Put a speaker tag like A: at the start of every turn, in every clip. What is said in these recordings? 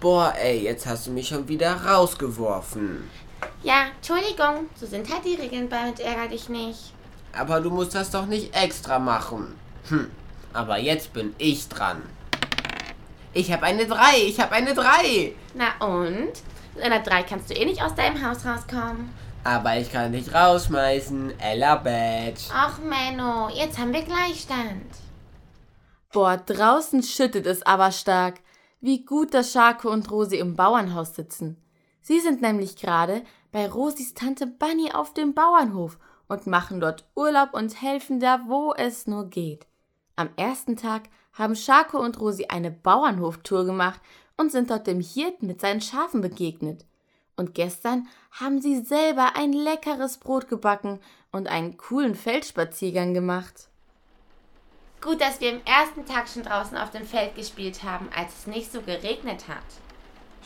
A: Boah, ey, jetzt hast du mich schon wieder rausgeworfen.
B: Ja, Entschuldigung, so sind halt die Regeln bei und ärger dich nicht.
A: Aber du musst das doch nicht extra machen. Hm, aber jetzt bin ich dran. Ich habe eine 3, ich habe eine 3.
B: Na und? Mit einer 3 kannst du eh nicht aus deinem Haus rauskommen.
A: Aber ich kann dich rausschmeißen, Ella Badge.
B: Ach Menno, jetzt haben wir Gleichstand.
C: Boah, draußen schüttet es aber stark. Wie gut, dass Scharko und Rosi im Bauernhaus sitzen. Sie sind nämlich gerade bei Rosis Tante Bunny auf dem Bauernhof und machen dort Urlaub und helfen da, wo es nur geht. Am ersten Tag haben Scharko und Rosi eine Bauernhoftour gemacht und sind dort dem Hirten mit seinen Schafen begegnet. Und gestern haben sie selber ein leckeres Brot gebacken und einen coolen Feldspaziergang gemacht.
B: Gut, dass wir im ersten Tag schon draußen auf dem Feld gespielt haben, als es nicht so geregnet hat.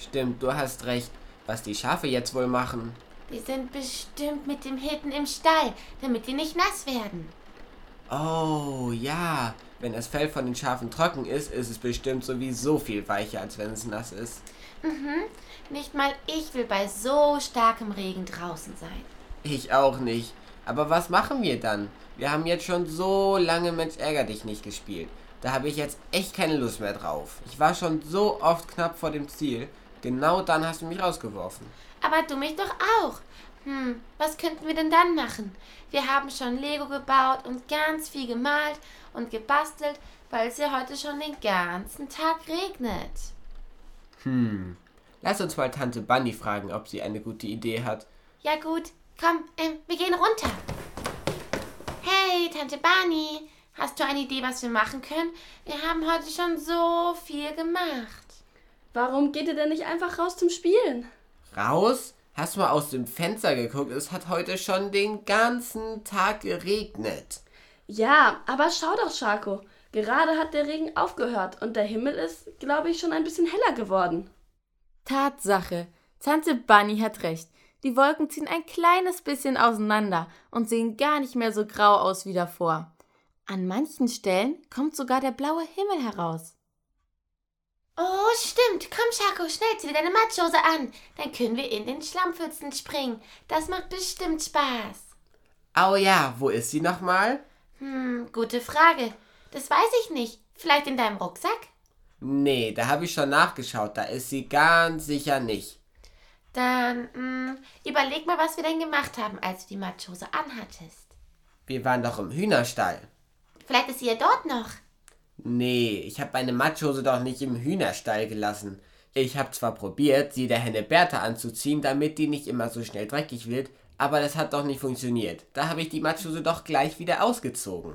A: Stimmt, du hast recht. Was die Schafe jetzt wohl machen?
B: Die sind bestimmt mit dem Hirten im Stall, damit die nicht nass werden.
A: Oh, ja. Wenn das Fell von den Schafen trocken ist, ist es bestimmt sowieso viel weicher, als wenn es nass ist.
B: Mhm. Nicht mal ich will bei so starkem Regen draußen sein.
A: Ich auch nicht. Aber was machen wir dann? Wir haben jetzt schon so lange Mensch ärger dich nicht gespielt. Da habe ich jetzt echt keine Lust mehr drauf. Ich war schon so oft knapp vor dem Ziel. Genau dann hast du mich rausgeworfen.
B: Aber du mich doch auch. Hm, was könnten wir denn dann machen? Wir haben schon Lego gebaut und ganz viel gemalt und gebastelt, weil es ja heute schon den ganzen Tag regnet.
A: Hm. Lass uns mal Tante Bunny fragen, ob sie eine gute Idee hat.
B: Ja gut, komm, ähm, wir gehen runter. Hey, Tante Bunny, hast du eine Idee, was wir machen können? Wir haben heute schon so viel gemacht.
D: Warum geht ihr denn nicht einfach raus zum Spielen?
A: Raus? Hast du mal aus dem Fenster geguckt? Es hat heute schon den ganzen Tag geregnet.
D: Ja, aber schau doch, Schako. Gerade hat der Regen aufgehört und der Himmel ist, glaube ich, schon ein bisschen heller geworden.
C: Tatsache, Tante Bunny hat recht. Die Wolken ziehen ein kleines bisschen auseinander und sehen gar nicht mehr so grau aus wie davor. An manchen Stellen kommt sogar der blaue Himmel heraus.
B: Oh, stimmt. Komm, Schako, schnell zieh dir deine Matschhose an. Dann können wir in den Schlammpfützen springen. Das macht bestimmt Spaß.
A: Oh ja, wo ist sie nochmal?
B: Hm, gute Frage. Das weiß ich nicht. Vielleicht in deinem Rucksack?
A: Nee, da habe ich schon nachgeschaut. Da ist sie ganz sicher nicht.
B: Dann mh, überleg mal, was wir denn gemacht haben, als du die Matschhose anhattest.
A: Wir waren doch im Hühnerstall.
B: Vielleicht ist sie ja dort noch.
A: Nee, ich habe meine Matschhose doch nicht im Hühnerstall gelassen. Ich habe zwar probiert, sie der Henne Bertha anzuziehen, damit die nicht immer so schnell dreckig wird, aber das hat doch nicht funktioniert. Da habe ich die Matschhose doch gleich wieder ausgezogen.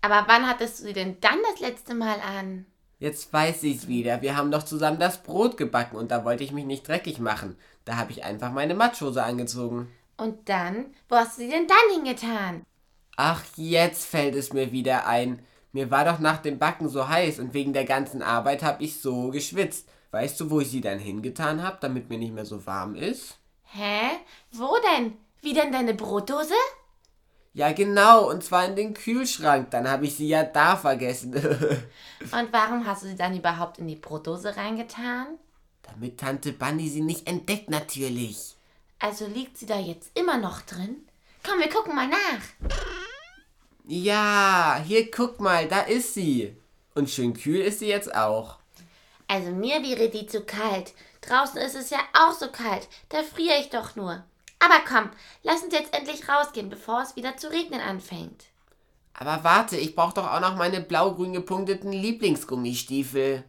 B: Aber wann hattest du sie denn dann das letzte Mal an?
A: Jetzt weiß ich's wieder. Wir haben doch zusammen das Brot gebacken und da wollte ich mich nicht dreckig machen. Da habe ich einfach meine Matschhose angezogen.
B: Und dann? Wo hast du sie denn dann hingetan?
A: Ach, jetzt fällt es mir wieder ein. Mir war doch nach dem Backen so heiß und wegen der ganzen Arbeit habe ich so geschwitzt. Weißt du, wo ich sie dann hingetan habe, damit mir nicht mehr so warm ist?
B: Hä? Wo denn? Wie denn deine Brotdose?
A: Ja, genau, und zwar in den Kühlschrank. Dann habe ich sie ja da vergessen.
B: Und warum hast du sie dann überhaupt in die Brotdose reingetan?
A: Damit Tante Bunny sie nicht entdeckt, natürlich.
B: Also liegt sie da jetzt immer noch drin? Komm, wir gucken mal nach.
A: Ja, hier guck mal, da ist sie. Und schön kühl ist sie jetzt auch.
B: Also mir wäre die zu kalt. Draußen ist es ja auch so kalt. Da friere ich doch nur. Aber komm, lass uns jetzt endlich rausgehen, bevor es wieder zu regnen anfängt.
A: Aber warte, ich brauche doch auch noch meine blaugrün gepunkteten Lieblingsgummistiefel.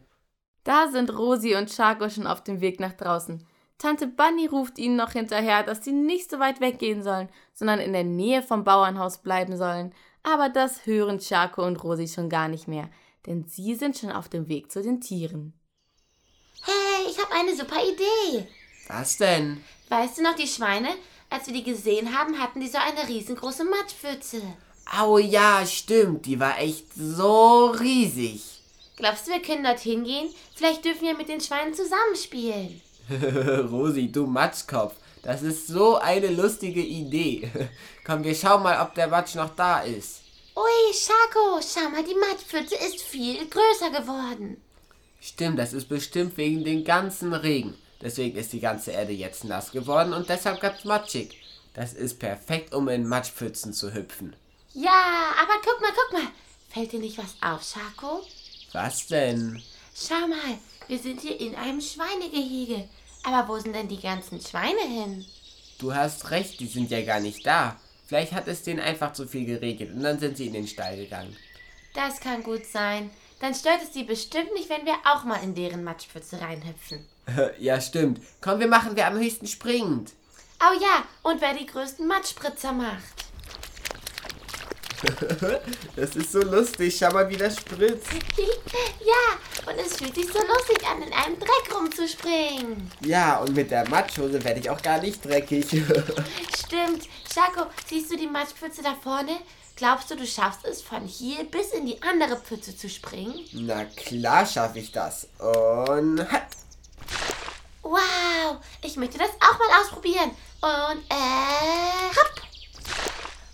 C: Da sind Rosi und Schako schon auf dem Weg nach draußen. Tante Bunny ruft ihnen noch hinterher, dass sie nicht so weit weggehen sollen, sondern in der Nähe vom Bauernhaus bleiben sollen. Aber das hören Schako und Rosi schon gar nicht mehr, denn sie sind schon auf dem Weg zu den Tieren.
B: Hey, ich habe eine super Idee.
A: Was denn?
B: Weißt du noch die Schweine? Als wir die gesehen haben, hatten die so eine riesengroße Matschpfütze.
A: Au ja, stimmt, die war echt so riesig.
B: Glaubst du, wir können dorthin gehen? Vielleicht dürfen wir mit den Schweinen zusammenspielen.
A: Rosi, du Matschkopf, das ist so eine lustige Idee. Komm, wir schauen mal, ob der Matsch noch da ist.
B: Ui, Schako, schau mal, die Matschpfütze ist viel größer geworden.
A: Stimmt, das ist bestimmt wegen den ganzen Regen. Deswegen ist die ganze Erde jetzt nass geworden und deshalb ganz matschig. Das ist perfekt, um in Matschpfützen zu hüpfen.
B: Ja, aber guck mal, guck mal. Fällt dir nicht was auf, Schako?
A: Was denn?
B: Schau mal, wir sind hier in einem Schweinegehege. Aber wo sind denn die ganzen Schweine hin?
A: Du hast recht, die sind ja gar nicht da. Vielleicht hat es denen einfach zu viel geregnet und dann sind sie in den Stall gegangen.
B: Das kann gut sein. Dann stört es die bestimmt nicht, wenn wir auch mal in deren Matschpfütze reinhüpfen.
A: Äh, ja, stimmt. Komm, wir machen wir am höchsten springend.
B: Oh ja, und wer die größten Matschspritzer macht.
A: Das ist so lustig. Schau mal, wie das spritzt.
B: ja, und es fühlt sich so lustig an, in einem Dreck rumzuspringen.
A: Ja, und mit der Matschhose werde ich auch gar nicht dreckig.
B: Stimmt. Schako, siehst du die Matschpfütze da vorne? Glaubst du, du schaffst es, von hier bis in die andere Pfütze zu springen?
A: Na klar schaffe ich das. Und hat.
B: Wow, ich möchte das auch mal ausprobieren. Und äh, hopp.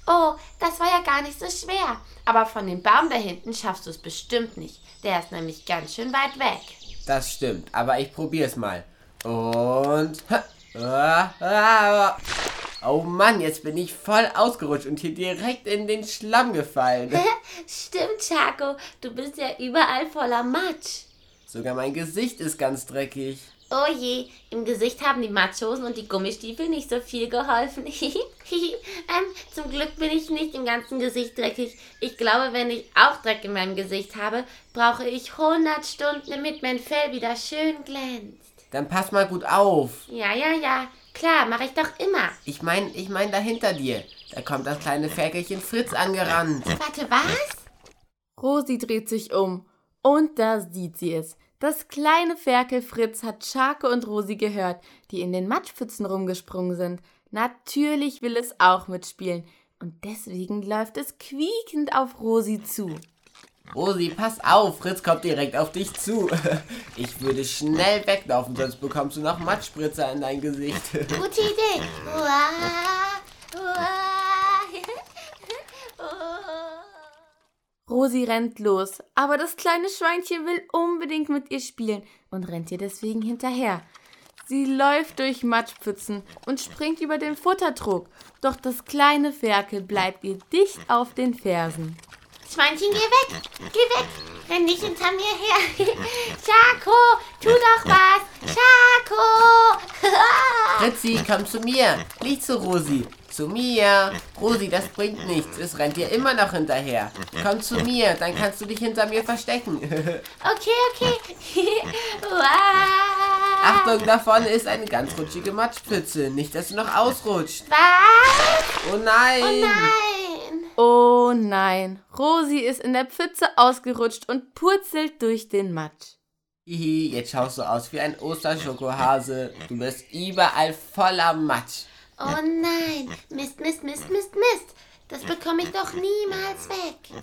B: Oh, das war ja gar nicht so schwer. Aber von dem Baum da hinten schaffst du es bestimmt nicht. Der ist nämlich ganz schön weit weg.
A: Das stimmt, aber ich probiere es mal. Und. ha. Ah, ah, ah. Oh Mann, jetzt bin ich voll ausgerutscht und hier direkt in den Schlamm gefallen.
B: Stimmt, Schako, du bist ja überall voller Matsch.
A: Sogar mein Gesicht ist ganz dreckig.
B: Oh je, im Gesicht haben die Matschhosen und die Gummistiefel nicht so viel geholfen. ähm, zum Glück bin ich nicht im ganzen Gesicht dreckig. Ich glaube, wenn ich auch Dreck in meinem Gesicht habe, brauche ich 100 Stunden, damit mein Fell wieder schön glänzt.
A: Dann pass mal gut auf.
B: Ja, ja, ja. Klar, mache ich doch immer.
A: Ich meine, ich meine da hinter dir. Da kommt das kleine Ferkelchen Fritz angerannt.
B: Warte, was?
C: Rosi dreht sich um und da sieht sie es. Das kleine Ferkel Fritz hat Schake und Rosi gehört, die in den Matschpfützen rumgesprungen sind. Natürlich will es auch mitspielen und deswegen läuft es quiekend auf Rosi zu.
A: Rosi, pass auf, Fritz kommt direkt auf dich zu. Ich würde schnell weglaufen, sonst bekommst du noch Matschspritzer in dein Gesicht.
B: Gute Idee. Uah, uah. Oh.
C: Rosi rennt los, aber das kleine Schweinchen will unbedingt mit ihr spielen und rennt ihr deswegen hinterher. Sie läuft durch Matschpfützen und springt über den Futtertrog, doch das kleine Ferkel bleibt ihr dicht auf den Fersen.
B: Schweinchen, geh weg! Geh weg! Renn nicht hinter mir her! Schako, tu doch was! Schako!
A: Fritzi, komm zu mir. Nicht zu Rosi. Zu mir. Rosi, das bringt nichts. Es rennt dir immer noch hinterher. Komm zu mir, dann kannst du dich hinter mir verstecken.
B: Okay, okay. Uah.
A: Achtung, da vorne ist eine ganz rutschige Matschpfütze. Nicht, dass du noch ausrutscht.
B: Was?
A: Oh nein.
B: Nein!
C: Oh nein, Rosi ist in der Pfütze ausgerutscht und purzelt durch den Matsch.
A: Hihi, jetzt schaust du aus wie ein Osterschokohase. Du bist überall voller Matsch.
B: Oh nein! Mist, Mist, Mist, Mist, Mist! Das bekomme ich doch niemals weg.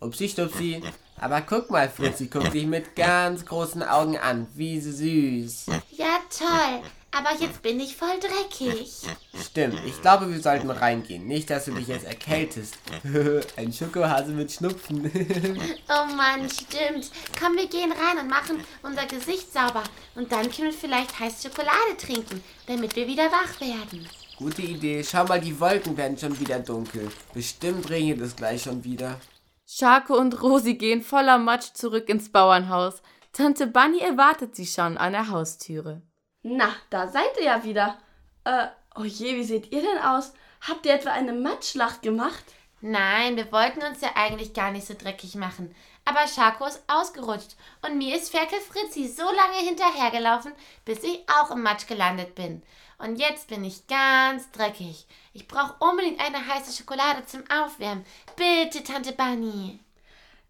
A: Upsi stupsi. Aber guck mal, Fritzi guckt dich mit ganz großen Augen an. Wie süß.
B: Ja, toll. Aber jetzt bin ich voll dreckig.
A: Stimmt, ich glaube, wir sollten reingehen. Nicht, dass du dich jetzt erkältest. Ein Schokohase mit Schnupfen.
B: Oh Mann, stimmt. Komm, wir gehen rein und machen unser Gesicht sauber. Und dann können wir vielleicht heiße Schokolade trinken, damit wir wieder wach werden.
A: Gute Idee. Schau mal, die Wolken werden schon wieder dunkel. Bestimmt regnet es gleich schon wieder.
C: Schako und Rosi gehen voller Matsch zurück ins Bauernhaus. Tante Bunny erwartet sie schon an der Haustüre.
D: Na, da seid ihr ja wieder. Äh, oh je, wie seht ihr denn aus? Habt ihr etwa eine Matschschlacht gemacht?
B: Nein, wir wollten uns ja eigentlich gar nicht so dreckig machen. Aber Schako ist ausgerutscht und mir ist Ferkel Fritzi so lange hinterhergelaufen, bis ich auch im Matsch gelandet bin. Und jetzt bin ich ganz dreckig. Ich brauche unbedingt eine heiße Schokolade zum Aufwärmen. Bitte, Tante Bunny.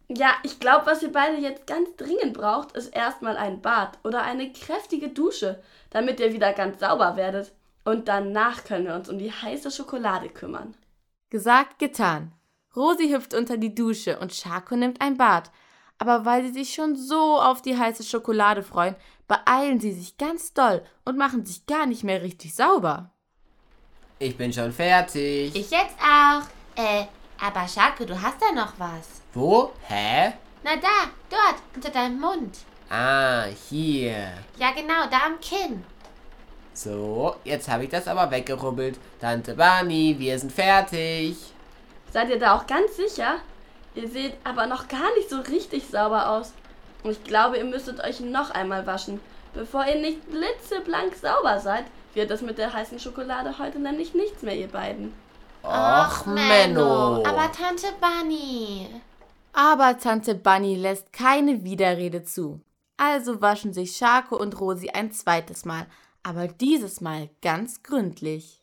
D: Ja, ich glaube, was ihr beide jetzt ganz dringend braucht, ist erstmal ein Bad oder eine kräftige Dusche, damit ihr wieder ganz sauber werdet. Und danach können wir uns um die heiße Schokolade kümmern.
C: Gesagt, getan. Rosi hüpft unter die Dusche und Schako nimmt ein Bad. Aber weil sie sich schon so auf die heiße Schokolade freuen, beeilen sie sich ganz doll und machen sich gar nicht mehr richtig sauber.
A: Ich bin schon fertig.
B: Ich jetzt auch. Äh, aber Schako, du hast da noch was.
A: Wo? Hä?
B: Na da, dort, unter deinem Mund.
A: Ah, hier.
B: Ja, genau, da am Kinn.
A: So, jetzt habe ich das aber weggerubbelt. Tante Barney, wir sind fertig.
D: Seid ihr da auch ganz sicher? Ihr seht aber noch gar nicht so richtig sauber aus. Und ich glaube, ihr müsstet euch noch einmal waschen, bevor ihr nicht blitzeblank sauber seid. Wird das mit der heißen Schokolade heute nämlich nichts mehr, ihr beiden.
A: Och, Menno.
B: Aber Tante Bunny.
C: Aber Tante Bunny lässt keine Widerrede zu. Also waschen sich Schako und Rosi ein zweites Mal, aber dieses Mal ganz gründlich.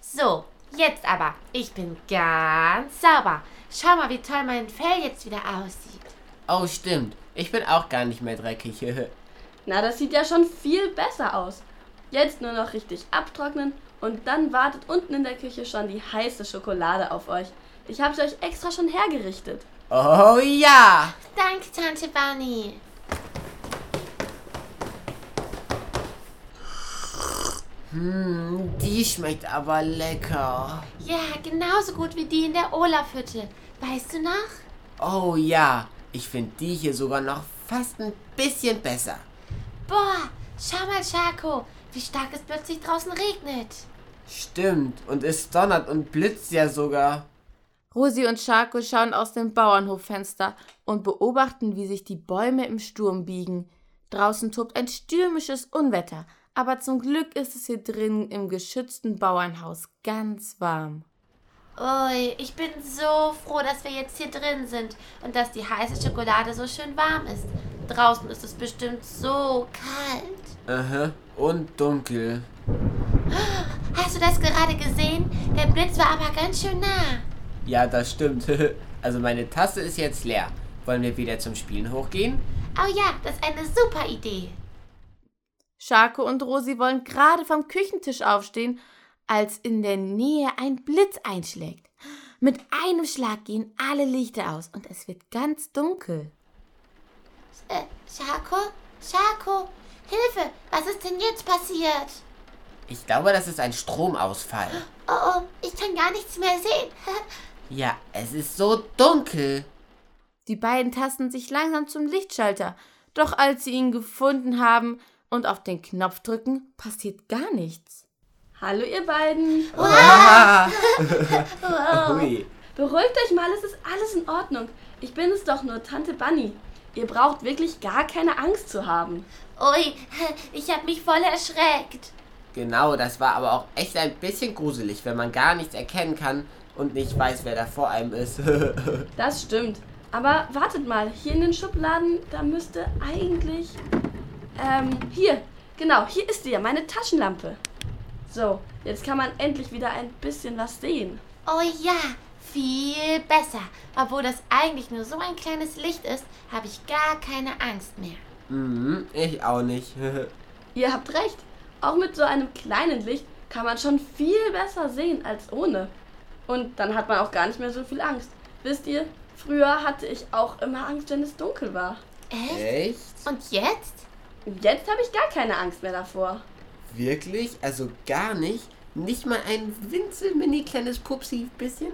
B: So, jetzt aber. Ich bin ganz sauber. Schau mal, wie toll mein Fell jetzt wieder aussieht.
A: Oh, stimmt. Ich bin auch gar nicht mehr dreckig.
D: Na, das sieht ja schon viel besser aus. Jetzt nur noch richtig abtrocknen und dann wartet unten in der Küche schon die heiße Schokolade auf euch. Ich habe sie euch extra schon hergerichtet.
A: oh ja.
B: Danke, Tante Bunny.
A: Die schmeckt aber lecker.
B: Ja, genauso gut wie die in der Olafhütte. Weißt du noch?
A: Oh ja. Ich finde die hier sogar noch fast ein bisschen besser.
B: Boah, schau mal, Schako, wie stark es plötzlich draußen regnet.
A: Stimmt. Und es donnert und blitzt ja sogar.
C: Rosi und Schako schauen aus dem Bauernhoffenster und beobachten, wie sich die Bäume im Sturm biegen. Draußen tobt ein stürmisches Unwetter, aber zum Glück ist es hier drinnen im geschützten Bauernhaus ganz warm.
B: Ui, ich bin so froh, dass wir jetzt hier drin sind und dass die heiße Schokolade so schön warm ist. Draußen ist es bestimmt so kalt.
A: Aha. Und dunkel.
B: Hast du das gerade gesehen? Der Blitz war aber ganz schön nah.
A: Ja, das stimmt. Also meine Tasse ist jetzt leer. Wollen wir wieder zum Spielen hochgehen?
B: Oh ja, das ist eine super Idee.
C: Schako und Rosi wollen gerade vom Küchentisch aufstehen, als in der Nähe ein Blitz einschlägt. Mit einem Schlag gehen alle Lichter aus und es wird ganz dunkel.
B: Äh, Schako? Schako? Hilfe, was ist denn jetzt passiert?
A: Ich glaube, das ist ein Stromausfall.
B: Oh, oh, ich kann gar nichts mehr sehen.
A: Ja, es ist so dunkel.
C: Die beiden tasten sich langsam zum Lichtschalter, doch als sie ihn gefunden haben und auf den Knopf drücken, passiert gar nichts.
D: Hallo, ihr beiden.
A: Ah!
B: wow.
A: Hui.
D: Beruhigt euch mal, es ist alles in Ordnung. Ich bin es doch nur, Tante Bunny. Ihr braucht wirklich gar keine Angst zu haben.
B: Ui, ich habe mich voll erschreckt.
A: Genau, das war aber auch echt ein bisschen gruselig, wenn man gar nichts erkennen kann und nicht weiß, wer da vor einem ist.
D: Das stimmt. Aber wartet mal, hier in den Schubladen, da müsste eigentlich. Ähm, hier, genau, hier ist sie ja, meine Taschenlampe. So, jetzt kann man endlich wieder ein bisschen was sehen.
B: Oh ja, viel besser. Obwohl das eigentlich nur so ein kleines Licht ist, habe ich gar keine Angst mehr.
A: mhm, ich auch nicht.
D: Ihr habt recht, auch mit so einem kleinen Licht kann man schon viel besser sehen als ohne. Und dann hat man auch gar nicht mehr so viel Angst. Wisst ihr, früher hatte ich auch immer Angst, wenn es dunkel war.
B: Echt?
A: echt?
B: Und jetzt?
D: Jetzt habe ich gar keine Angst mehr davor.
A: Wirklich? Also gar nicht? Nicht mal ein winzel mini kleines Pupsi bisschen?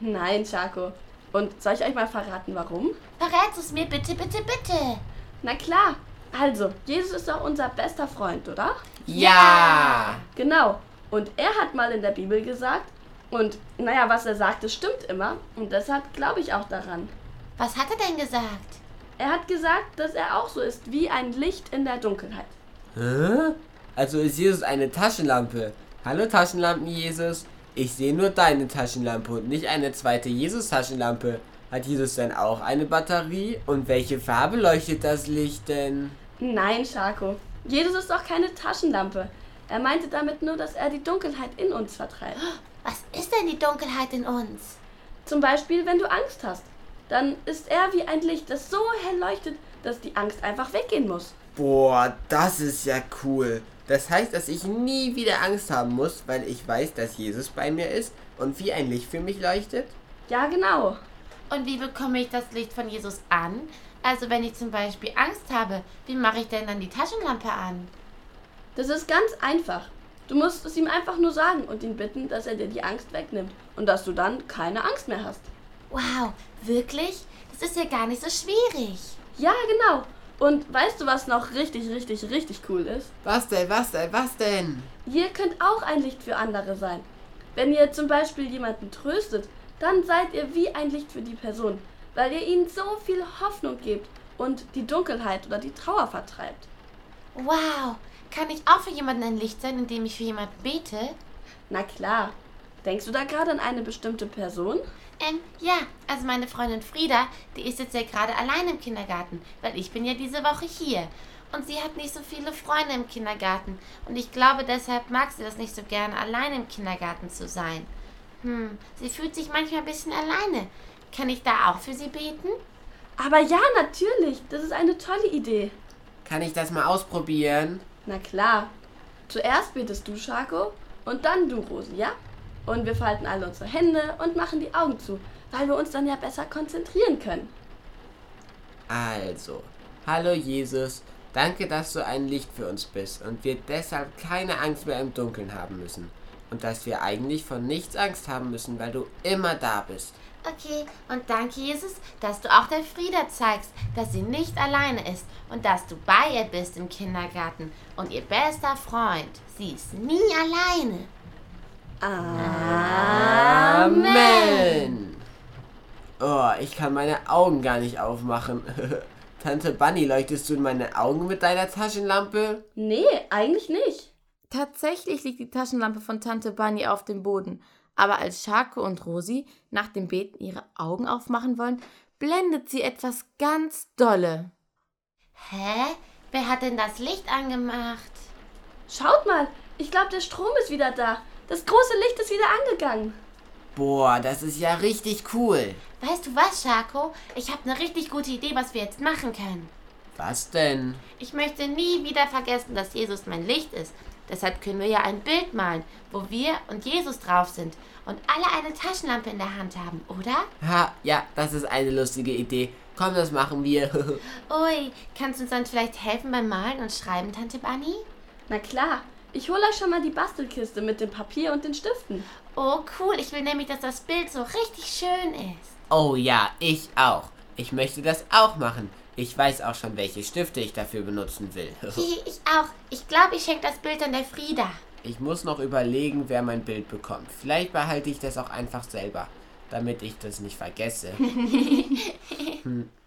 D: Nein, Chaco. Und soll ich euch mal verraten, warum?
B: Verrätst du es mir bitte, bitte, bitte.
D: Na klar. Also, Jesus ist doch unser bester Freund, oder?
A: Ja!
D: Genau. Und er hat mal in der Bibel gesagt, und naja, was er sagte, stimmt immer. Und deshalb glaube ich auch daran.
B: Was hat er denn gesagt?
D: Er hat gesagt, dass er auch so ist wie ein Licht in der Dunkelheit.
A: Hä? Also ist Jesus eine Taschenlampe. Hallo Taschenlampen, Jesus. Ich sehe nur deine Taschenlampe und nicht eine zweite Jesus-Taschenlampe. Hat Jesus denn auch eine Batterie? Und welche Farbe leuchtet das Licht denn?
D: Nein, Chaco. Jesus ist doch keine Taschenlampe. Er meinte damit nur, dass er die Dunkelheit in uns vertreibt.
B: Was ist denn die Dunkelheit in uns?
D: Zum Beispiel, wenn du Angst hast. Dann ist er wie ein Licht, das so hell leuchtet, dass die Angst einfach weggehen muss.
A: Boah, das ist ja cool. Das heißt, dass ich nie wieder Angst haben muss, weil ich weiß, dass Jesus bei mir ist und wie ein Licht für mich leuchtet?
D: Ja, genau.
B: Und wie bekomme ich das Licht von Jesus an? Also wenn ich zum Beispiel Angst habe, wie mache ich denn dann die Taschenlampe an?
D: Das ist ganz einfach. Du musst es ihm einfach nur sagen und ihn bitten, dass er dir die Angst wegnimmt und dass du dann keine Angst mehr hast.
B: Wow, wirklich? Das ist ja gar nicht so schwierig.
D: Ja, genau. Und weißt du, was noch richtig, richtig, richtig cool ist?
A: Was denn, was denn, was denn?
D: Ihr könnt auch ein Licht für andere sein. Wenn ihr zum Beispiel jemanden tröstet, dann seid ihr wie ein Licht für die Person, weil ihr ihnen so viel Hoffnung gebt und die Dunkelheit oder die Trauer vertreibt.
B: Wow, kann ich auch für jemanden ein Licht sein, indem ich für jemanden bete?
D: Na klar. Denkst du da gerade an eine bestimmte Person?
B: Ähm, ja, also meine Freundin Frieda, die ist jetzt ja gerade allein im Kindergarten, weil ich bin ja diese Woche hier. Und sie hat nicht so viele Freunde im Kindergarten. Und ich glaube, deshalb mag sie das nicht so gerne, allein im Kindergarten zu sein. Hm, sie fühlt sich manchmal ein bisschen alleine. Kann ich da auch für sie beten?
D: Aber ja, natürlich. Das ist eine tolle Idee.
A: Kann ich das mal ausprobieren?
D: Na klar. Zuerst betest du, Schako, und dann du, Rosi, ja? Und wir falten alle unsere Hände und machen die Augen zu, weil wir uns dann ja besser konzentrieren können.
A: Also, hallo Jesus, danke, dass du ein Licht für uns bist und wir deshalb keine Angst mehr im Dunkeln haben müssen. Und dass wir eigentlich von nichts Angst haben müssen, weil du immer da bist.
B: Okay, und danke, Jesus, dass du auch der Frieda zeigst, dass sie nicht alleine ist und dass du bei ihr bist im Kindergarten und ihr bester Freund. Sie ist nie alleine.
A: Amen. Oh, ich kann meine Augen gar nicht aufmachen. Tante Bunny, leuchtest du in meine Augen mit deiner Taschenlampe?
D: Nee, eigentlich nicht.
C: Tatsächlich liegt die Taschenlampe von Tante Bunny auf dem Boden, aber als Schako und Rosi nach dem Beten ihre Augen aufmachen wollen, blendet sie etwas ganz Dolle.
B: Hä? Wer hat denn das Licht angemacht?
D: Schaut mal, ich glaube, der Strom ist wieder da. Das große Licht ist wieder angegangen.
A: Boah, das ist ja richtig cool.
B: Weißt du was, Schako? Ich habe eine richtig gute Idee, was wir jetzt machen können.
A: Was denn?
B: Ich möchte nie wieder vergessen, dass Jesus mein Licht ist. Deshalb können wir ja ein Bild malen, wo wir und Jesus drauf sind und alle eine Taschenlampe in der Hand haben, oder?
A: Ha, ja, das ist eine lustige Idee. Komm, das machen wir.
B: Ui, kannst du uns dann vielleicht helfen beim Malen und Schreiben, Tante Bunny?
D: Na klar, ich hole euch schon mal die Bastelkiste mit dem Papier und den Stiften.
B: Oh, cool. Ich will nämlich, dass das Bild so richtig schön ist.
A: oh ja, ich auch. Ich möchte das auch machen. Ich weiß auch schon, welche Stifte ich dafür benutzen will.
B: Hihi, ich auch. Ich glaube, ich schenke das Bild an der Frieda.
A: Ich muss noch überlegen, wer mein Bild bekommt. Vielleicht behalte ich das auch einfach selber, damit ich das nicht vergesse.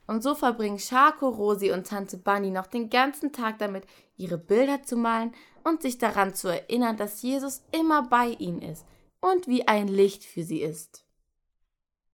C: Und so verbringen Schako, Rosi und Tante Bunny noch den ganzen Tag damit, ihre Bilder zu malen und sich daran zu erinnern, dass Jesus immer bei ihnen ist und wie ein Licht für sie ist.